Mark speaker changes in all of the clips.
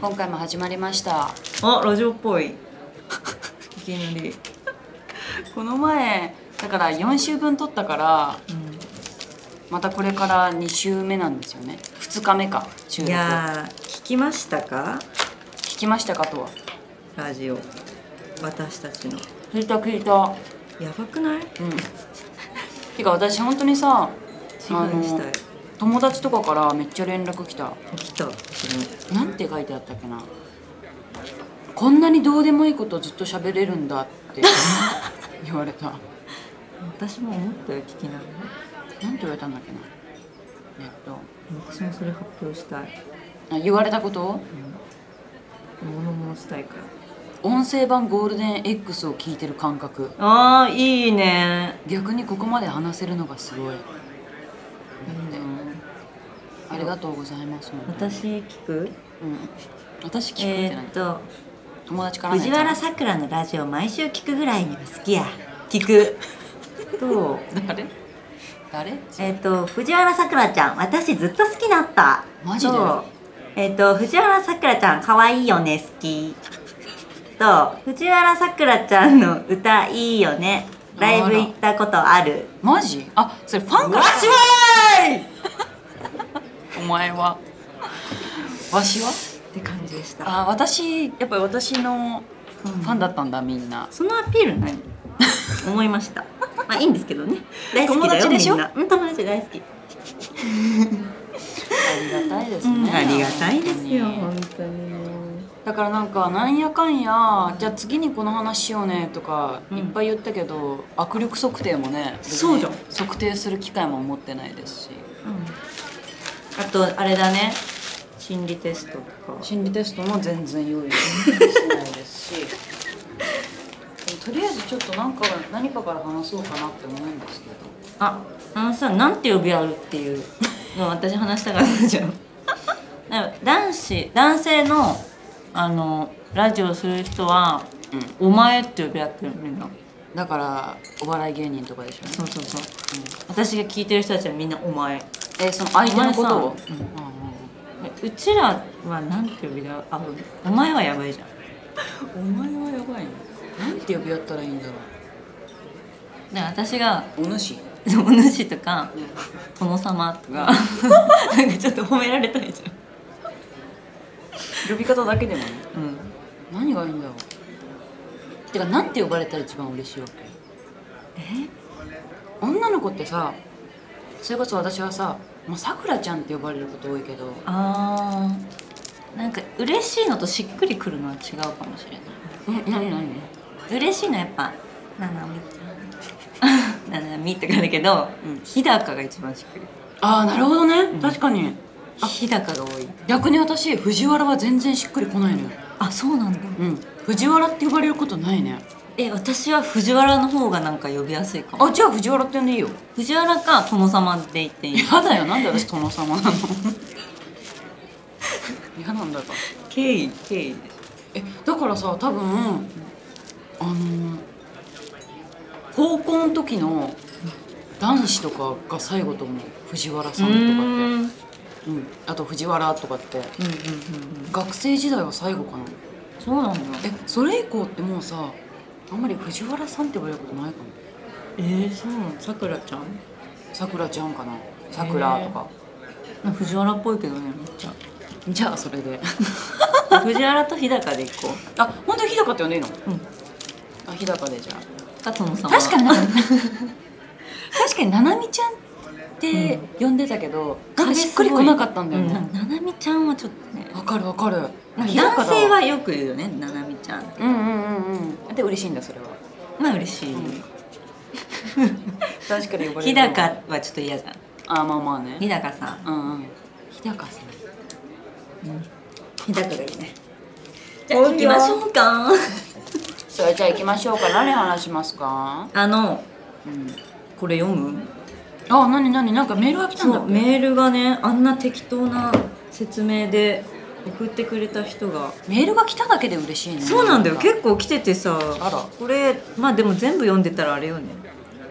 Speaker 1: 今回も始まりました
Speaker 2: あラジオっぽいいきなり、
Speaker 1: この前だから4週分撮ったからまたこれから2週目なんですよね2日目か収
Speaker 2: うん、い
Speaker 1: 録
Speaker 2: やー聞きましたか
Speaker 1: 聞きましたかとは
Speaker 2: ラジオ私たちの
Speaker 1: 聞いた聞いた
Speaker 2: やばくない
Speaker 1: うんてか私本当にさ
Speaker 2: 支配したい
Speaker 1: 友達とかからめっちゃ連絡来た
Speaker 2: 起きた昨日
Speaker 1: なんて書いてあったっけなこんなにどうでもいいことずっと喋れるんだって 言われた
Speaker 2: 私も思ったよ聞きながら
Speaker 1: なんて言われたんだっけなえっ
Speaker 2: 私もそれ発表したい
Speaker 1: とあ言われたことを
Speaker 2: 物申したいから
Speaker 1: 音声版ゴールデン X を聞いてる感覚
Speaker 2: あーいいね
Speaker 1: 逆にここまで話せるのがすごい
Speaker 2: うん
Speaker 1: ありがとうございます、うん、
Speaker 2: 私聞く
Speaker 1: 私聞くっ
Speaker 2: え
Speaker 1: て何
Speaker 2: ー、っと
Speaker 1: 友達からのやつ
Speaker 2: 藤原さくらのラジオ毎週聞くぐらいには好きや聞くと
Speaker 1: 誰誰
Speaker 2: えっ、と藤原さくらちゃん私ずっと好きだった
Speaker 1: マジで
Speaker 2: とえっ、と藤原さくらちゃん可愛いよね好きと藤原さくらちゃんの歌いいよねライブ行ったことある
Speaker 1: マジあそれファンから
Speaker 2: わしはーいっ
Speaker 1: お前はわしは
Speaker 2: て感じでした
Speaker 1: あ私やっぱり私のファンだったんだみんな
Speaker 2: そのアピール 何思いましたまあいいんですけどね大好きだ
Speaker 1: 友
Speaker 2: よ
Speaker 1: 達でしょ
Speaker 2: みんなうん友達大好き
Speaker 1: ありがたいですね、
Speaker 2: うんありがたいですよ
Speaker 1: 本当
Speaker 2: 本
Speaker 1: に
Speaker 2: 当にもう
Speaker 1: だからなんかなんやかんやじゃあ次にこの話しようねとか
Speaker 2: うん
Speaker 1: いっぱい言ったけど、握力測定もね別に
Speaker 2: そうじゃん
Speaker 1: 測定する機会も持ってないですし
Speaker 2: あとあれだね心理テストとか
Speaker 1: 心理テストも全然用意してないですしとりあえずちょっとなんか何かから話そうかなって思うんですけど
Speaker 2: ああのさなんて呼び合うっていうの私話したかったじゃん なんか男子男性のあのラジオする人は「お前」って呼び合ってるみんな
Speaker 1: だからお笑い芸人とかでしょ
Speaker 2: そうそうそう、私が聞いてる人たちはみんな「お前」
Speaker 1: えその相手のことを
Speaker 2: お前さうちらはなんて呼び合うあお前はやばいじゃん
Speaker 1: うんうんうんお前はやばいねなんて呼び合ったらいいんだろ
Speaker 2: で私が
Speaker 1: うお主
Speaker 2: 「お主」とか「殿様」とか なんかちょっと褒められたいじ
Speaker 1: 呼び方だけでもね
Speaker 2: ゃんうん
Speaker 1: 何がいいんだろうてかなんて呼ばれたら一番嬉しいわけ
Speaker 2: え
Speaker 1: 女の子ってさそれこそ私はさまあさくらちゃんって呼ばれること多いけど
Speaker 2: あーなんか嬉しいのとしっくりくるのは違うかもしれなん
Speaker 1: 何何
Speaker 2: い嬉しいのはやっぱ「ななみ」ななみとかだけど、
Speaker 1: うん
Speaker 2: 日高が一番しっくり
Speaker 1: ああなるほどね確かに
Speaker 2: 日高が多い
Speaker 1: 逆に私藤原は全然しっくりこないのよ
Speaker 2: あそうなんだ
Speaker 1: うん藤原って呼ばれることないね
Speaker 2: え私は藤原の方がなんか呼びやすいかも
Speaker 1: あじゃあ藤原って呼んでいいよ
Speaker 2: 藤原か殿様で言っていい
Speaker 1: 嫌だよなんで私殿様なの嫌なんだか
Speaker 2: 敬意敬意
Speaker 1: えだからさ多分あの高校の時の男子とかが最後と思う藤原
Speaker 2: う
Speaker 1: さ
Speaker 2: ー
Speaker 1: んとかって
Speaker 2: んうんうんうん
Speaker 1: うん、あと藤原とかって
Speaker 2: うん
Speaker 1: 学生時代は最後かな
Speaker 2: そうなんだ
Speaker 1: えそれ以降ってもうさあんまり藤原さんって言われることないかも
Speaker 2: えー、そうなのさくらちゃん
Speaker 1: さくらちゃんかなさくらとか、
Speaker 2: 藤原っぽいけどねめっちゃ
Speaker 1: じゃあそれで
Speaker 2: 藤原と日高でいこう
Speaker 1: あ本当に日高って呼んでいいの、
Speaker 2: ん
Speaker 1: あ日高でじゃあ
Speaker 2: か殿様
Speaker 1: 確かに 確かにななみちゃんって呼んでたけど、なんかしっくりこなかったんだよね
Speaker 2: ななみちゃんはちょっとね
Speaker 1: わ、かるわかる
Speaker 2: 男
Speaker 1: 日高だ
Speaker 2: 性はよく言うよねななみちゃん
Speaker 1: うんうんうんうんで嬉しいんだそれは
Speaker 2: まあ嬉しい、
Speaker 1: 確かに呼ばれ
Speaker 2: 日
Speaker 1: るの
Speaker 2: 高はちょっと嫌じゃん
Speaker 1: あまあまあね
Speaker 2: 日高さん
Speaker 1: うんうん日高さん
Speaker 2: 日高がいいねじゃあ行きましょうか
Speaker 1: それじゃあ行きましょうか何話しますか
Speaker 2: あの
Speaker 1: うん
Speaker 2: これ読む
Speaker 1: あ何何なんかメールが来たんだ
Speaker 2: そ
Speaker 1: っ
Speaker 2: う
Speaker 1: け
Speaker 2: メールがねあんな適当な説明で送ってくれた人が
Speaker 1: メールが来ただけで嬉しいね
Speaker 2: そうなんだよ
Speaker 1: か
Speaker 2: 結構来ててさ
Speaker 1: あら
Speaker 2: これまあでも全部読んでたらあれよね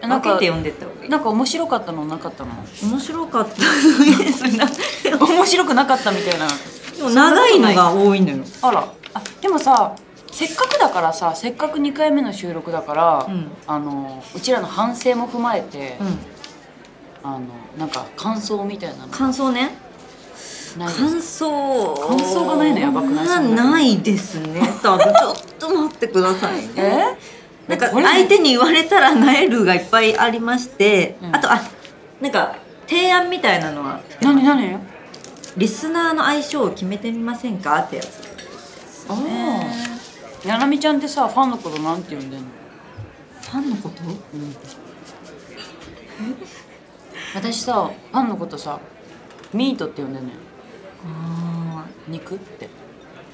Speaker 1: な
Speaker 2: 分
Speaker 1: んか
Speaker 2: けて読んでった方がいい
Speaker 1: なんか面白かったのなかったの
Speaker 2: 面白かったのにそんな
Speaker 1: 面白くなかったみたいな
Speaker 2: でも長いのが多いのよ
Speaker 1: あらあでもさせっかくだからさせっかく2回目の収録だから、
Speaker 2: うん
Speaker 1: あのうちらの反省も踏まえて、
Speaker 2: うん
Speaker 1: あのなんか感想みたいなの
Speaker 2: 感想ね
Speaker 1: ないですか
Speaker 2: 感想
Speaker 1: 感想がないのやばくないそんなの
Speaker 2: ないです ね多分ちょっと待ってくださいね
Speaker 1: え
Speaker 2: なんか
Speaker 1: これね
Speaker 2: 相手に言われたらなえるがいっぱいありまして、
Speaker 1: うん
Speaker 2: あとあなんか提案みたいなのは
Speaker 1: 何何
Speaker 2: リスナーの相性を決めてみませんかってやつ
Speaker 1: あ
Speaker 2: ね
Speaker 1: あななみちゃんってさファンのことなんて呼んでんの
Speaker 2: ファンのこと
Speaker 1: 私さファンのことさミートって呼んでんのよ
Speaker 2: あ
Speaker 1: 肉って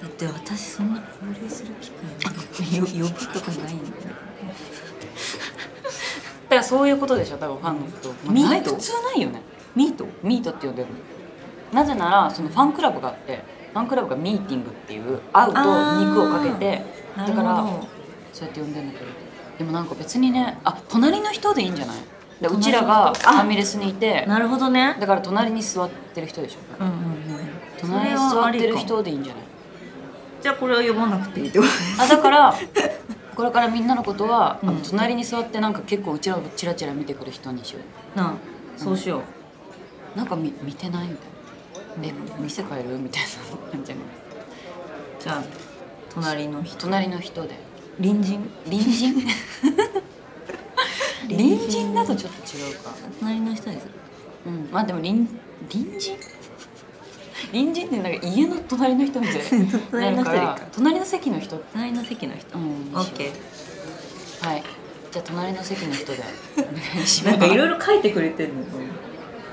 Speaker 2: ーだって私そんな交流する機会ないよ呼ぶとかないんだよ
Speaker 1: だからそういうことでしょ多分ファンのこと
Speaker 2: ミート
Speaker 1: ない普通ないよね
Speaker 2: ミート
Speaker 1: ミートって呼んでるのなぜならそのファンクラブがあってファンクラブがミーティングっていう会うと肉をかけて
Speaker 2: な
Speaker 1: だ
Speaker 2: る
Speaker 1: から
Speaker 2: ほど
Speaker 1: そうやって呼んでるんだけどでもなんか別にねあ隣の人でいいんじゃないで
Speaker 2: 隣
Speaker 1: う
Speaker 2: の人
Speaker 1: ちらがフ
Speaker 2: あ
Speaker 1: ァミレスにいて
Speaker 2: なるほどね
Speaker 1: だから隣に座ってる人でしょ
Speaker 2: うんうんうん
Speaker 1: 隣に座ってる
Speaker 2: それはありかも
Speaker 1: 人でいいんじゃない
Speaker 2: じゃあこれは読まなくていいってこと
Speaker 1: あだから これからみんなのことは、あの
Speaker 2: うん
Speaker 1: 隣に座ってなんか結構うちらをチラチラ見てくる人にしよう
Speaker 2: なあそうしよう、
Speaker 1: なんか見見てないみたいな、え店変えるみたいな感じじゃない
Speaker 2: じゃあ隣の人
Speaker 1: 隣の人で
Speaker 2: 隣人
Speaker 1: 隣人
Speaker 2: 隣 人
Speaker 1: 隣人だとちょっと違うか
Speaker 2: 隣の人です
Speaker 1: うんまあでも隣隣人隣人ってなんか家の 隣の人みたいな
Speaker 2: 隣の人で
Speaker 1: な
Speaker 2: いいか
Speaker 1: るら隣の席の人って
Speaker 2: 隣の席の人、
Speaker 1: うん
Speaker 2: オッケ
Speaker 1: はいじゃあ隣の席の人でお願いし
Speaker 2: ー
Speaker 1: ます
Speaker 2: なんかいろいろ書いてくれてるの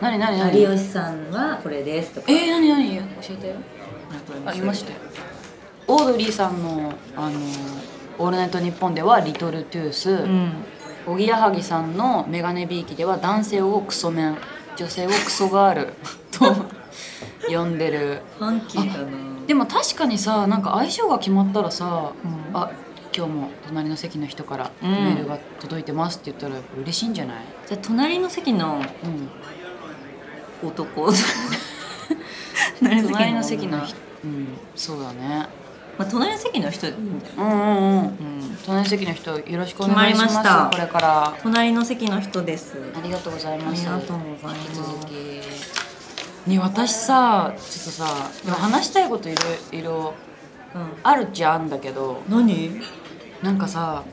Speaker 1: 何何何
Speaker 2: 有吉さんはこれですとか
Speaker 1: えー、何何教えてありましたよオードリーさんの「あのオールナイトニッポン」では「リトルトゥース」
Speaker 2: うん
Speaker 1: おぎやはぎさんの「メガネビーキ」では男性をクソメン女性をクソガールと呼んでる
Speaker 2: ファンキーだな
Speaker 1: でも確かにさなんか相性が決まったらさ、
Speaker 2: うん
Speaker 1: あ今日も隣の席の人から
Speaker 2: う
Speaker 1: メ
Speaker 2: ん
Speaker 1: ールが届いてますって言ったら嬉しいんじゃない、
Speaker 2: じゃあ隣の席の
Speaker 1: うん、
Speaker 2: 男隣の
Speaker 1: 隣の席の
Speaker 2: 女
Speaker 1: 人、うん、そうだね
Speaker 2: まあ、隣の席の人でいいんだよ、
Speaker 1: うんうんうん
Speaker 2: うん、
Speaker 1: 隣の席の人よろしくお願いします
Speaker 2: 決まりました
Speaker 1: これから
Speaker 2: 隣の席の人です
Speaker 1: ありがとうござい
Speaker 2: あ
Speaker 1: ま
Speaker 2: り
Speaker 1: す。
Speaker 2: がとうございま
Speaker 1: 引
Speaker 2: す
Speaker 1: き続き。ね、私さ、ちょっとさ、でも話したいこといろいろ
Speaker 2: うん、
Speaker 1: あるっちゃあんだけど、
Speaker 2: 何
Speaker 1: なんかさ、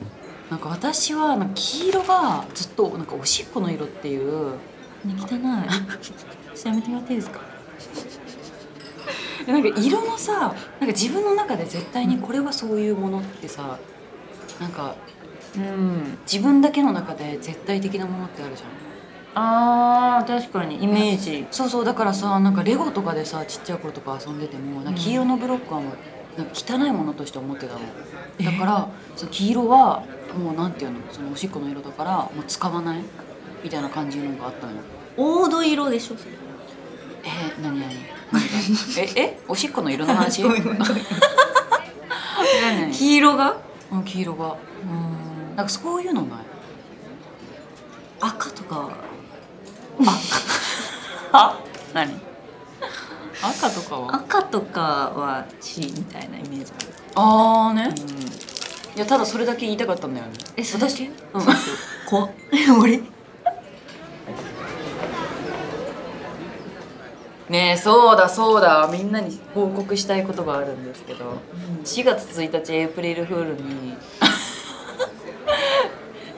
Speaker 1: なんか私はなんか黄色がずっとなんかおしっこの色っていう、
Speaker 2: ね汚いちょっとやめてもらっていいですか
Speaker 1: なんか色のさ、なんか自分の中で絶対にこれはそういうものってさ、なんか
Speaker 2: うん
Speaker 1: 自分だけの中で絶対的なものってあるじゃん。
Speaker 2: あー確かにイメージ
Speaker 1: そうそうだからさなんかレゴとかでさちっちゃい頃とか遊んでてもなんか黄色のブロックはもうなんか汚いものとして思ってたのだからその黄色はもうなんていうのそのおしっこの色だからもう使わないみたいな感じのがあったのよ
Speaker 2: 黄土色でしょそれ
Speaker 1: えー、何 何ええおしっこの色の話
Speaker 2: ごめんごめん
Speaker 1: 何
Speaker 2: 黄色が
Speaker 1: 々うん黄色が
Speaker 2: うん
Speaker 1: なんかそういうのない
Speaker 2: 赤とか
Speaker 1: あ何赤とかは
Speaker 2: 赤とかは血みたいなイメージ
Speaker 1: ああね
Speaker 2: ある、うん、
Speaker 1: いやただそれだけ言いたかったんだよね
Speaker 2: えそれだけ
Speaker 1: うん
Speaker 2: 怖っ終わり
Speaker 1: ねえそうだそうだみんなに報告したいことがあるんですけど、4月1日エイプリルフールに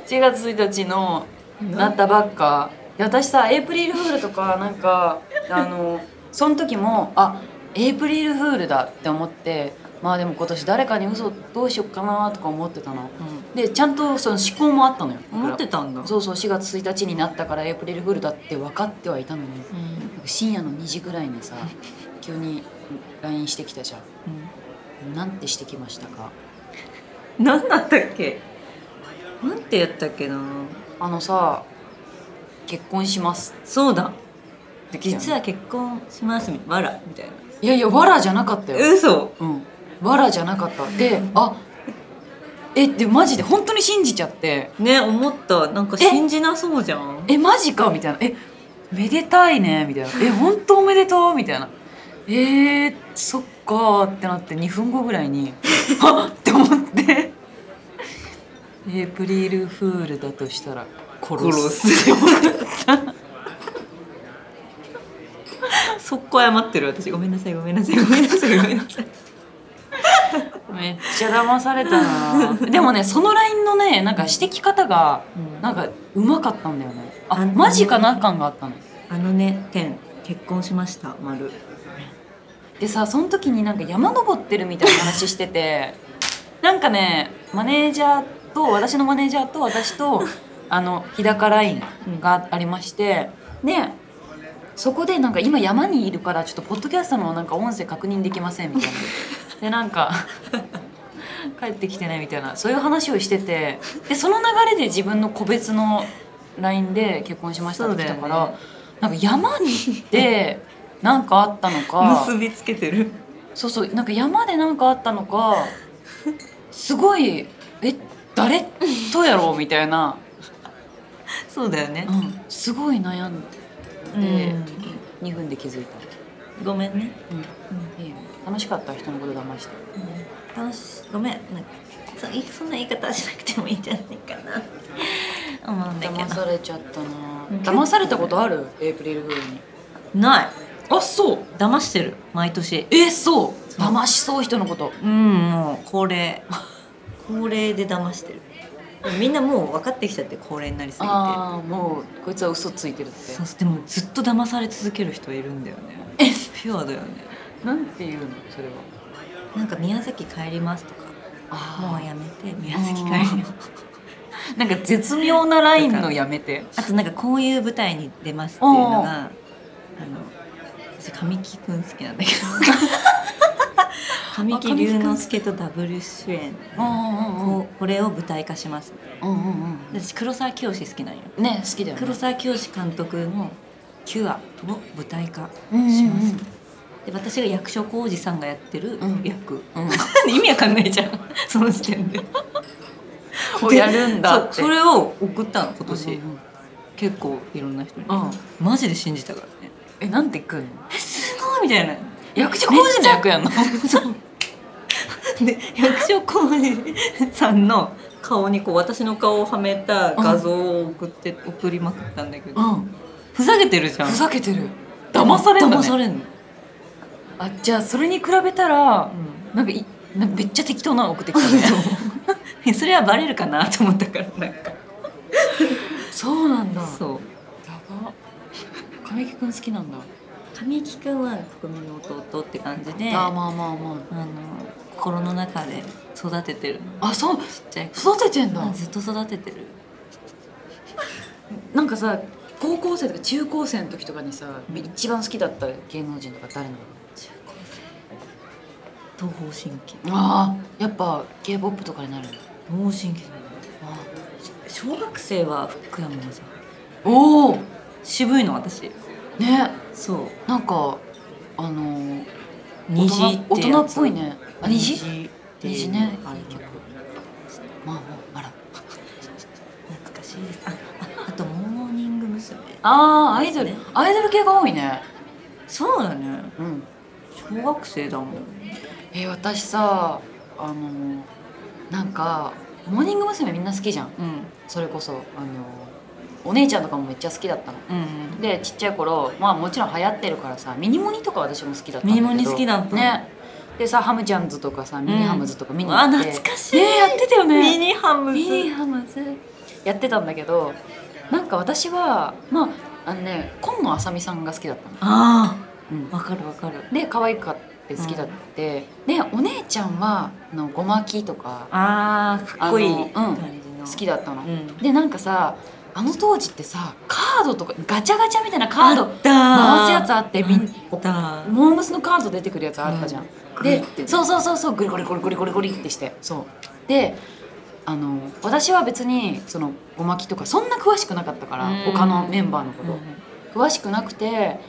Speaker 1: 4月1日のなったばっかで私さエイプリルフールとかなんかあのその時もあエイプリルフールだって思ってまあでも今年誰かに嘘どうしよっかなとか思ってたのでちゃんとその思考もあったのよ
Speaker 2: 思ってたんだ
Speaker 1: そうそう4月1日になったからエイプリルフールだって分かってはいたのに、なんか深夜の2時ぐらいにさ急に LINE してきたじゃんなんてしてきましたか
Speaker 2: 何だったっけなんてやったっけな
Speaker 1: あのさ結婚します
Speaker 2: そうだ
Speaker 1: って来たよね
Speaker 2: 実は結婚しますみわらみたいない
Speaker 1: やいやわらじゃなかったよ
Speaker 2: 嘘
Speaker 1: うんわらじゃなかったであえでマジで本当に信じちゃって
Speaker 2: ね思ったなんか
Speaker 1: え
Speaker 2: 信じなそうじゃん
Speaker 1: えマジかみたいなえめでたいねみたいなえ本当おめでとうみたいなえー、そっかーってなって2分後ぐらいに 「はっ!」って思って エイプリルフールだとしたら殺す
Speaker 2: 速攻謝ってる私ごめんなさいごめんなさいごめんなさいごめんなさい
Speaker 1: めっちゃ騙されたな ーでもねそのラインのねなんか指摘方がなんかうまかったんだよねあ
Speaker 2: あ
Speaker 1: マジかな感があったの
Speaker 2: あのね天結婚しました丸
Speaker 1: でさその時になんか山登ってるみたいな話しててなんかねマネージャーと私のマネージャーと私とあの日高ラインがありまして、でそこでなんか今山にいるからちょっとポッドキャストのなんか音声確認できませんみたいなでなんか帰ってきてねみたいなそういう話をしててでその流れで自分の個別の LINE で結婚しましたって来たから、
Speaker 2: そうだよね
Speaker 1: なんか山に行ってなんかあったのか
Speaker 2: 結びつけてる
Speaker 1: そうそうなんか山で何かあったのかすごい「え誰とやろ?」みたいな、
Speaker 2: そうだよね
Speaker 1: う、ん、すごい悩んで
Speaker 2: うん
Speaker 1: 2分で気づいた、
Speaker 2: ごめんね、
Speaker 1: うん、いいよ楽しかった人のこと騙して
Speaker 2: うん楽しごめんなんかそいそんな言い方はしなくてもいいんじゃないかな思うんだけ
Speaker 1: 騙
Speaker 2: ど
Speaker 1: されちゃったな
Speaker 2: うん
Speaker 1: 騙されたことあるエイプリルフールに
Speaker 2: ない
Speaker 1: あそう
Speaker 2: 騙してる毎年
Speaker 1: えそう騙しそう人のこと
Speaker 2: うんもう恒例恒例で騙してるでもみんなもう分かってきちゃって恒例になりすぎて
Speaker 1: ああもうこいつは嘘ついてるって
Speaker 2: そうでもずっと騙され続ける人いるんだよねピュアだよね
Speaker 1: なんて言うのそれは
Speaker 2: なんか宮崎帰りますとかも
Speaker 1: あ
Speaker 2: うやめて宮崎帰ります
Speaker 1: あなんか絶妙なラインのやめて
Speaker 2: あとなんかこういう舞台に出ますっていうのがあの私神木くん好きなんだ けど神木隆之介とダブル主演
Speaker 1: うんうんうん
Speaker 2: こうこれを舞台化します
Speaker 1: うんうん
Speaker 2: で私黒沢清好きなんよ
Speaker 1: うんね好きだよね
Speaker 2: 黒沢清監督の「キュア」を舞台化し
Speaker 1: し
Speaker 2: ま、
Speaker 1: ますす
Speaker 2: で私が役所広司さんがやってる役、
Speaker 1: うん
Speaker 2: 意味わかんないじゃん その時点で
Speaker 1: こうやるんだ
Speaker 2: そ
Speaker 1: っ
Speaker 2: う
Speaker 1: て
Speaker 2: それを送ったの今年、
Speaker 1: うんうんうん
Speaker 2: 結構いろんな人に、
Speaker 1: うん
Speaker 2: マジで信じたからね
Speaker 1: えなんて来んの
Speaker 2: えすごいみたいな
Speaker 1: 役所広司の役やんの
Speaker 2: で役所広司さんの顔にこう私の顔をはめた画像を送って、送りまくったんだけど、
Speaker 1: うん
Speaker 2: ふざけてるじゃん
Speaker 1: ふざけてる騙されんだ
Speaker 2: 騙さ
Speaker 1: ね
Speaker 2: れんの、
Speaker 1: あじゃあそれに比べたらなんかいなんかめっちゃ適当なの送ってきたね
Speaker 2: うん、 それはバレるかなと思ったからなんか
Speaker 1: そうなんだや
Speaker 2: そう
Speaker 1: ば神木くん好きなんだ
Speaker 2: 神木君は国民の弟って感じで
Speaker 1: あまあまあま
Speaker 2: あの心の中で育ててるの
Speaker 1: ああそう
Speaker 2: ちっちゃい子
Speaker 1: 育ててんだ
Speaker 2: ずっと育ててる
Speaker 1: なんかさ高校生とか中高生の時とかにさ一番好きだった芸能人とか誰なの
Speaker 2: 中高生東方神起
Speaker 1: ああやっぱ k p o p とかになるんだ
Speaker 2: 東方神起だね小学生は福山雅治
Speaker 1: おお
Speaker 2: 渋いの私
Speaker 1: ね
Speaker 2: そう
Speaker 1: なんかあのー、
Speaker 2: 虹
Speaker 1: 大人
Speaker 2: や
Speaker 1: 大人っ
Speaker 2: つ
Speaker 1: ぽいねあ虹
Speaker 2: っていう
Speaker 1: 虹ね
Speaker 2: あの曲
Speaker 1: まあまああら
Speaker 2: 懐かしいですあ ああとモーニング娘。
Speaker 1: あーアイドルアイドル系が多いね
Speaker 2: そうだね
Speaker 1: うん
Speaker 2: 小学生だもん
Speaker 1: えー私さあのー、なんかモーニング娘。みんな好きじゃん
Speaker 2: うん
Speaker 1: それこそあのー、お姉ちゃんとかもめっちゃ好きだったの
Speaker 2: うん
Speaker 1: でちっちゃい頃まあもちろん流行ってるからさミニモニとか私も好きだったんだ
Speaker 2: ミ
Speaker 1: け
Speaker 2: ニ
Speaker 1: ど
Speaker 2: モニ好きだった
Speaker 1: ねでさハムちゃんズとかさミニハムズとか見に行って、
Speaker 2: あ懐かしい、
Speaker 1: ねやってたよね
Speaker 2: ミニハムズ
Speaker 1: ミニハムズやってたんだけどなんか私はまああのね紺野あさみさんが好きだったの、
Speaker 2: あ
Speaker 1: うん
Speaker 2: あわかるわかる
Speaker 1: で可愛かって好きだって、でお姉ちゃんはあのごまきとか
Speaker 2: あーかっこいい
Speaker 1: あのうん
Speaker 2: 感じの
Speaker 1: 好きだったの、
Speaker 2: うん
Speaker 1: でなんかさあの当時ってさカードとかガチャガチャみたいなカード
Speaker 2: あっ
Speaker 1: 回
Speaker 2: た
Speaker 1: すやつあってみん
Speaker 2: あった
Speaker 1: モームスのカード出てくるやつあったじゃん、
Speaker 2: うんグリ
Speaker 1: で
Speaker 2: ってね
Speaker 1: そうそうそうそうグリゴリゴリゴリゴリゴリってしてそうであの私は別にそのごまきとかそんな詳しくなかったから
Speaker 2: うん
Speaker 1: 他のメンバーのこと、詳しくなくて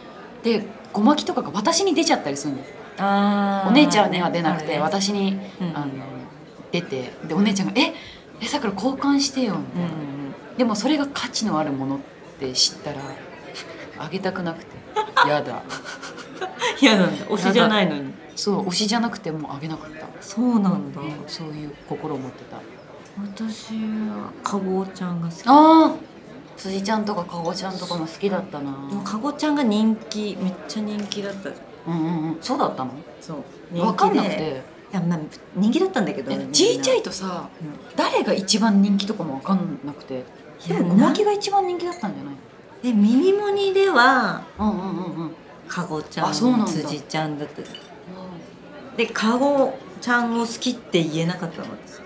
Speaker 1: でごまきとかが私に出ちゃったりするの
Speaker 2: あー
Speaker 1: お姉ちゃんには出なくて、
Speaker 2: あるね
Speaker 1: 私に、
Speaker 2: うん
Speaker 1: あの出てでお姉ちゃんが「ええさくら交換してよ」みた
Speaker 2: うんう
Speaker 1: い
Speaker 2: ん
Speaker 1: な、でもそれが価値のあるものって知ったらあげたくなくて「やだ
Speaker 2: 嫌なんだ推しじゃないのに
Speaker 1: そう推しじゃなくてもうあげなかった
Speaker 2: そうなんだ
Speaker 1: そういう心を持ってた
Speaker 2: 私はかごちゃんが好き
Speaker 1: あ辻ちゃんとかかごちゃんとかも好きだったな
Speaker 2: でもかごちゃんが人気めっちゃ人気だったじ
Speaker 1: う
Speaker 2: ゃん
Speaker 1: んうんうんそうだったの
Speaker 2: そう
Speaker 1: 分かんなくて
Speaker 2: いやまあ人気だったんだけど
Speaker 1: えちいちゃ
Speaker 2: い
Speaker 1: いとさ
Speaker 2: うん
Speaker 1: 誰が一番人気とかも分かんなくて
Speaker 2: いや
Speaker 1: でも
Speaker 2: な
Speaker 1: 小牧が一番人気だったんじゃない
Speaker 2: で耳モニでは
Speaker 1: うんうんうんうん
Speaker 2: かごちゃ
Speaker 1: あそうなん
Speaker 2: ん
Speaker 1: だ
Speaker 2: 辻ちゃんだったじゃんでかごちゃんを好きって言えなかったの私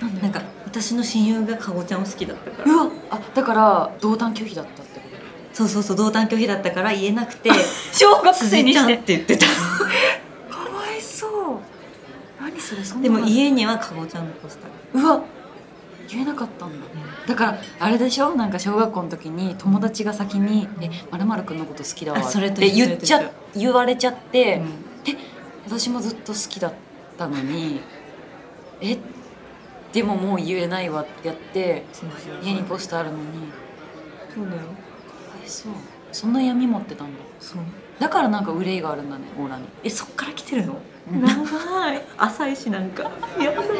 Speaker 1: なんだ
Speaker 2: なん
Speaker 1: よ
Speaker 2: か私の親友がかごちゃんを好きだったから
Speaker 1: うわあだから同担拒否だったってこ
Speaker 2: そうそうそう同担拒否だったから言えな くて
Speaker 1: と小学
Speaker 2: 辻ちゃんって 言ってた
Speaker 1: かわいそう何それそん
Speaker 2: で
Speaker 1: な
Speaker 2: も家にはかごちゃんのポスター
Speaker 1: うわ言えなかったんだだからあれでしょなんか小学校の時に友達が先に「えまるまるくんのこと好きだわ」
Speaker 2: あ
Speaker 1: っ
Speaker 2: それと
Speaker 1: て
Speaker 2: 一緒
Speaker 1: 言っち
Speaker 2: それ
Speaker 1: ゃ
Speaker 2: と
Speaker 1: 言われちゃって、
Speaker 2: が、うん
Speaker 1: 私もずっと好きだったのに「えでももう言えないわ」ってやって
Speaker 2: そうそう
Speaker 1: 家にポスターあるのにか
Speaker 2: そうだよ
Speaker 1: わいそうそんな闇持ってたんだ
Speaker 2: そう
Speaker 1: だからなんか憂いがあるんだねオーラに
Speaker 2: えそっから来てるの
Speaker 1: うん
Speaker 2: 長い浅いしなんかやばそう